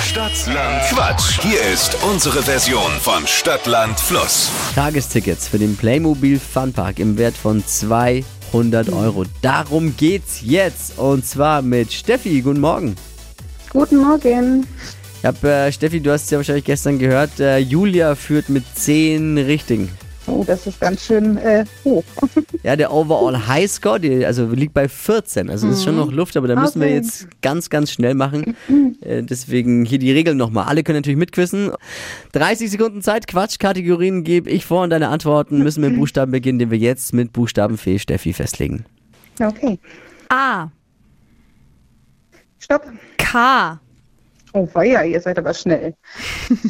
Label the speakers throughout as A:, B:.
A: Stadtland Quatsch. Hier ist unsere Version von Stadtland Fluss.
B: Tagestickets für den Playmobil Funpark im Wert von 200 Euro. Darum geht's jetzt und zwar mit Steffi. Guten Morgen.
C: Guten Morgen.
B: Ich hab, äh, Steffi, du hast es ja wahrscheinlich gestern gehört, äh, Julia führt mit 10 Richtigen.
C: Oh, das ist ganz schön äh, hoch.
B: Ja, der Overall High Score, die, also liegt bei 14. Also ist schon noch Luft, aber da müssen wir
C: Okay.
B: jetzt ganz, ganz schnell machen. Äh, deswegen hier die Regeln nochmal. Alle können natürlich mitquissen. 30 Sekunden Zeit, Quatschkategorien gebe ich vor und deine Antworten müssen mit Buchstaben beginnen, den wir jetzt mit Buchstabenfee Steffi festlegen.
C: Okay.
D: A.
C: Stopp.
D: K.
C: Oh, weia, ihr seid aber schnell.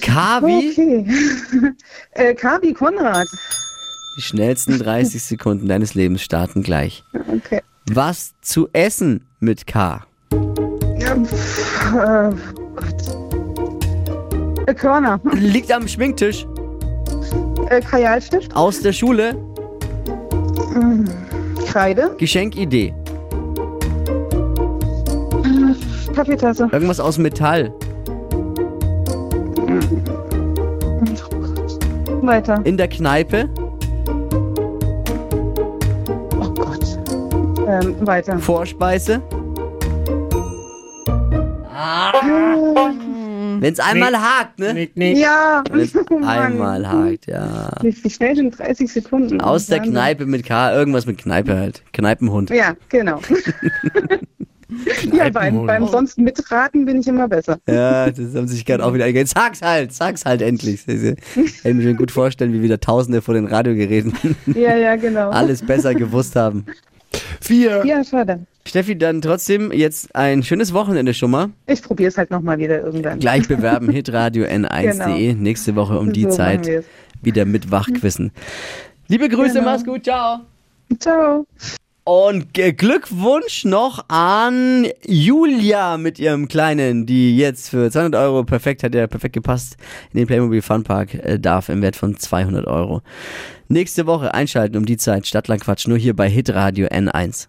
B: Kavi,
C: Okay. äh, Kavi Konrad.
B: die schnellsten 30 Sekunden deines Lebens starten gleich.
C: Okay.
B: Was zu essen mit K?
C: Ja, pff, äh, Gott. Äh, Körner.
B: Liegt am Schminktisch,
C: Äh, Kajalstift.
B: aus der Schule,
C: Kreide.
B: Geschenkidee,
C: Kaffeetasse.
B: irgendwas aus Metall,
C: Weiter.
B: in der Kneipe,
C: Oh Gott. Ähm, weiter.
B: Vorspeise. Wenn es einmal hakt, ne?
C: Ja.
B: Wenn es
C: Oh Mann.
B: einmal hakt, ja.
C: Wie wie schnell sind 30 Sekunden?
B: Aus der
C: Wahnsinn.
B: Kneipe mit K, irgendwas mit Kneipe halt. Kneipenhund.
C: Ja, genau. ja, beim, beim sonst mitraten bin ich immer besser.
B: Ja, das haben sich gerade auch wieder eingegangen. Sag's halt, sag's halt endlich. Ich kann mir schon gut vorstellen, wie wieder Tausende vor den Radiogeräten
C: Ja, ja, genau.
B: alles besser gewusst haben.
E: Vier.
C: Ja, schade.
B: Steffi, dann trotzdem jetzt ein schönes Wochenende schon mal.
C: Ich probiere es halt nochmal wieder irgendwann.
B: Gleich bewerben, hitradio n1.de. Nächste Woche um die
C: Genau. So machen
B: Zeit
C: wir's.
B: wieder mit Wachquissen. Liebe Grüße,
C: Genau.
B: mach's gut, ciao.
C: Ciao.
B: Und ge- Glückwunsch noch an Julia mit ihrem Kleinen, die jetzt für 200 Euro perfekt, hat ja perfekt gepasst, in den Playmobil Funpark äh, darf im Wert von 200 Euro. Nächste Woche einschalten um die Zeit Stadtlandquatsch nur hier bei Hitradio N1.